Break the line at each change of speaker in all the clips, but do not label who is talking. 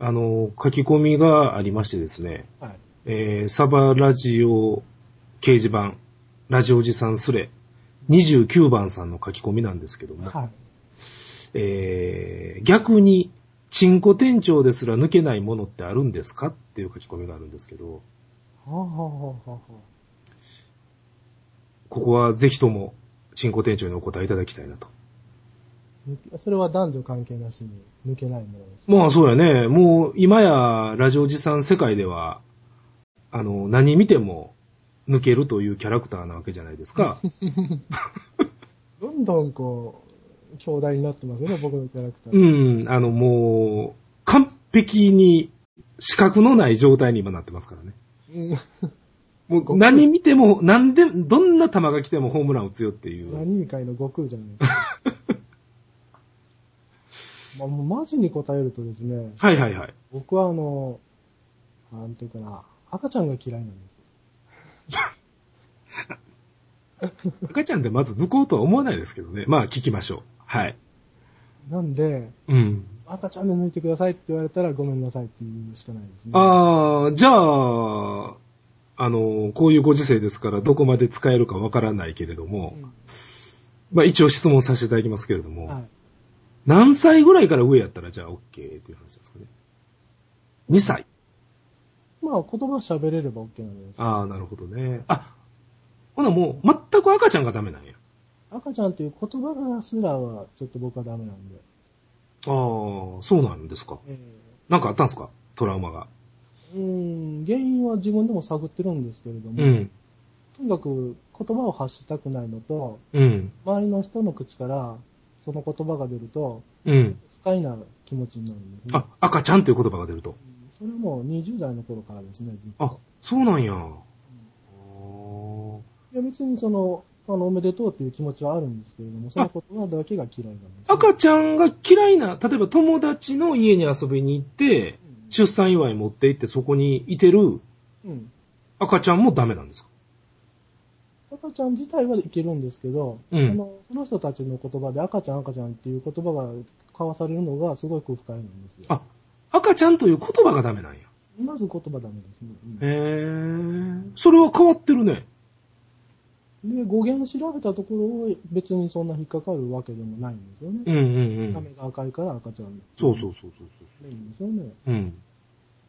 の、書き込みがありましてですね、
はい。
えーサバラジオ掲示板、ラジオジさんスレ、29番さんの書き込みなんですけども、
はい。
えー逆に、チンコ店長ですら抜けないものってあるんですかっていう書き込みがあるんですけど、
はあ、はあはあは
ここはぜひとも、チンコ店長にお答えいただきたいなと。
あ、抜けそれは男女関係なしに抜けないものです。
まあそうやね。もう今やラジオジさん世界では、あの、何見ても抜けるというキャラクターなわけじゃないですか。
どんどんこう、強大になってますよね、僕のキャラクター。
うん、あのもう、完璧に資格のない状態に今なってますからね。
うん
もう何見ても、何で、どんな球が来てもホームラン打つよっていう。
何回の悟空じゃないです か。まあ、もうマジに答えるとですね、
はいはいはい。
僕はあの、なんていうかな、赤ちゃんが嫌いなんです。
赤ちゃんでまず抜こうとは思わないですけどね。まあ聞きましょう。はい。
なんで、
うん。
赤ちゃんで抜いてくださいって言われたらごめんなさいっていうしかないですね。
ああ、じゃあ、あの、こういうご時世ですから、どこまで使えるかわからないけれども、
う
まあ一応質問させていただきますけれども、
ん、はい。
何歳ぐらいから上やったらじゃあ OK っていう話ですかね。2歳。
まあ、言葉喋れれば OK なんです。
ああ、なるほどね。あ、ほなもう全く赤ちゃんがダメなんや。
赤ちゃんっていう言葉がすらは、ちょっと僕はダメなんで。
ああ、そうなんですか。なんかあったんですかトラウマが。
うん、原因は自分でも探ってるんですけれども、
うん。
とにかく言葉を発したくないのと、
うん。
周りの人の口からその言葉が出ると、
うん。
不快な気持ちになるんですね。
あ、赤ちゃんという言葉が出ると。
うんそれも20代の頃からですね、ずっと
あ、そうなんや。あー
いや別にその、あの、おめでとうっていう気持ちはあるんですけれども、その言葉だけが嫌いなんです、ね。
赤ちゃんが嫌いな、例えば友達の家に遊びに行って、出産祝い持って行ってそこにいてる
うん。
赤ちゃんもダメなんですか
赤ちゃん自体はいけるんですけど、
うん
そのその人たちの言葉で赤ちゃん赤ちゃんっていう言葉が交わされるのがすごく不快なんですよ。
あ、赤ちゃんという言葉がダメなんや。
まず言葉ダメですね。うん
へー。それは変わってるね。
で、語源調べたところ、別にそんな引っかかるわけでもないんですよね。
うんうんう
ため
ん。
が赤いから赤ちゃん。
そうそうそうそう
メインですよね。
そう。うん。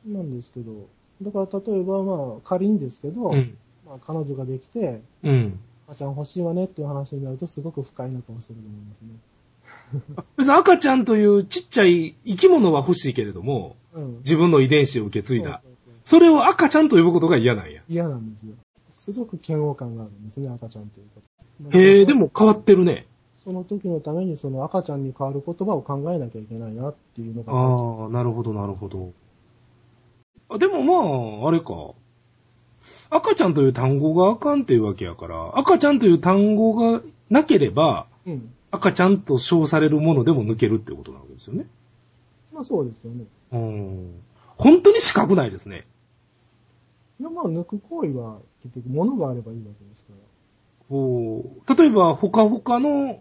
なんですけど、だから例えばまあ仮にですけど、
うん。
まあ彼女ができて、
うん。
赤ちゃん欲しいわねっていう話になるとすごく不快な顔してると思いますね。
別に赤ちゃんというちっちゃい生き物は欲しいけれども、
うん。
自分の遺伝子を受け継いだ
そう。そうそう
それを赤ちゃんと呼ぶことが嫌なんや。
嫌なんですよ。すごく嫌悪感があるんですね、赤ちゃんということ。
へー、で。も変わってるね。
その時のためにその赤ちゃんに代わる言葉を考えなきゃいけないなっていうのが、
ああ、なるほど、なるほど。あでもまあ、あれか。赤ちゃんという単語があかんっていうわけやから、赤ちゃんという単語がなければ、
うん。
赤ちゃんと称されるものでも抜けるってことなわけですよね。
まあそうですよね。
うん。本当に資格ないですね。
いやまあ抜く行為は結局物があればいいわけですから。
こう、例えば、ほかほかの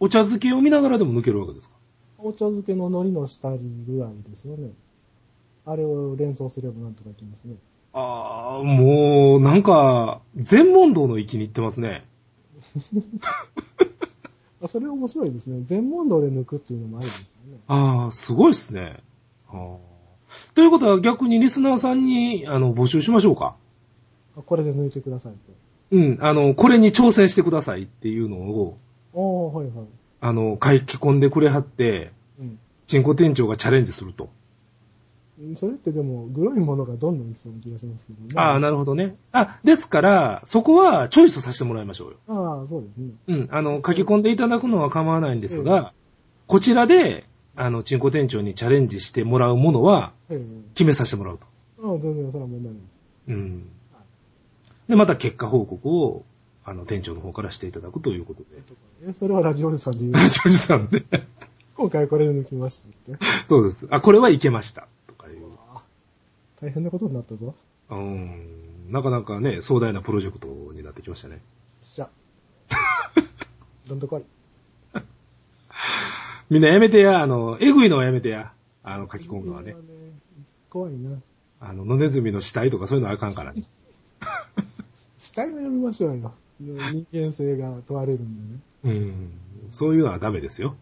お茶漬けを見ながらでも抜けるわけですか。
お茶漬けの海苔の下に具合ですよね。あれを連想すればなんとかいきますね。
ああ、もう、なんか、全問答の域に行ってますね。
あそれ面白いですね。全問答で抜くっていうのもあるんですよね。
ああ、すごいっすね。あーということは逆にリスナーさんにあの募集しましょうか。
あこれで抜いてくださいと。
うん、あの、これに挑戦してくださいっていうのを、
おー、はいはい。
あの、書き込んでくれはって、
うん
チンコ店長がチャレンジすると。
うん。それってでも、グロいものがどんどんいきそうな気がしますけどね。
ああ、なるほどね。あ、ですから、そこはチョイスさせてもらいましょうよ。
ああ、そうですね。
うん、あの、書き込んでいただくのは構わないんですが、こちらで、あの、チンコ店長にチャレンジしてもらうものは
ええ
決めさせてもらうと。
ああ、全然それは問題ないです。
うん。で、また結果報告を、あの、店長の方からしていただくということで。
え、それはラジオでさんで言う。
ラジオジさんで。
今回これで抜きましたって。
そうです。あ、これはいけました。とかいう。
大変なことになったぞ。
うん。なかなかね、壮大なプロジェクトになってきましたね。
じゃあ。どんとこい。
みんなやめてや、あの、えぐいのはやめてや。あの、書き込むのはね。
怖いな。
あの、野ネズミの死体とかそういうのはあかんからね。
死体はやめましょうよ。人間性が問われるんでね。
うん。そういうのはダメですよ。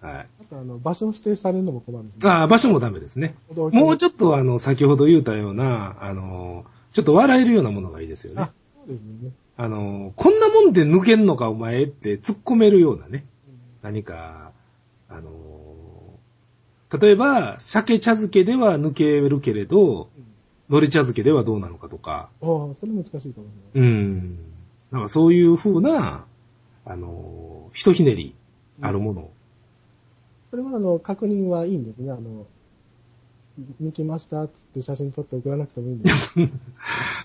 はい。
あと、あの、場所を指定されるのも困るし、ね。
ああ、場所もダメですね。
歩道橋、
もうちょっとあの、先ほど言ったような、あの、ちょっと笑えるようなものがいいですよね
あ。、そうですね。
あの、こんなもんで抜けんのかお前って突っ込めるようなね。何か、あの、例えば、鮭茶漬けでは抜けるけれど、海苔茶漬けではどうなのかとか、
おおそれ難しいかもしれない。
うん。なんかそういう風な、あの、ひとひねりあるもの。
それは、あの、確認はいいんですね。あの、抜きましたってって写真撮って送らなくてもいいんです。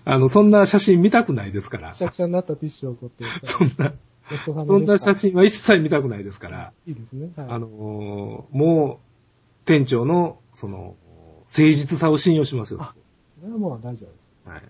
あの、そんな写真見たくないですから
く。しゃくしゃになったティッシュを取って、
そんな、
ごちそうさま
そん
で
な
した
写。真は一切見たくないですから。
いいですね。はい。
あのーもう、店長の、その、誠実さを信用しますよ。
あそれはもう大丈夫です。
はい。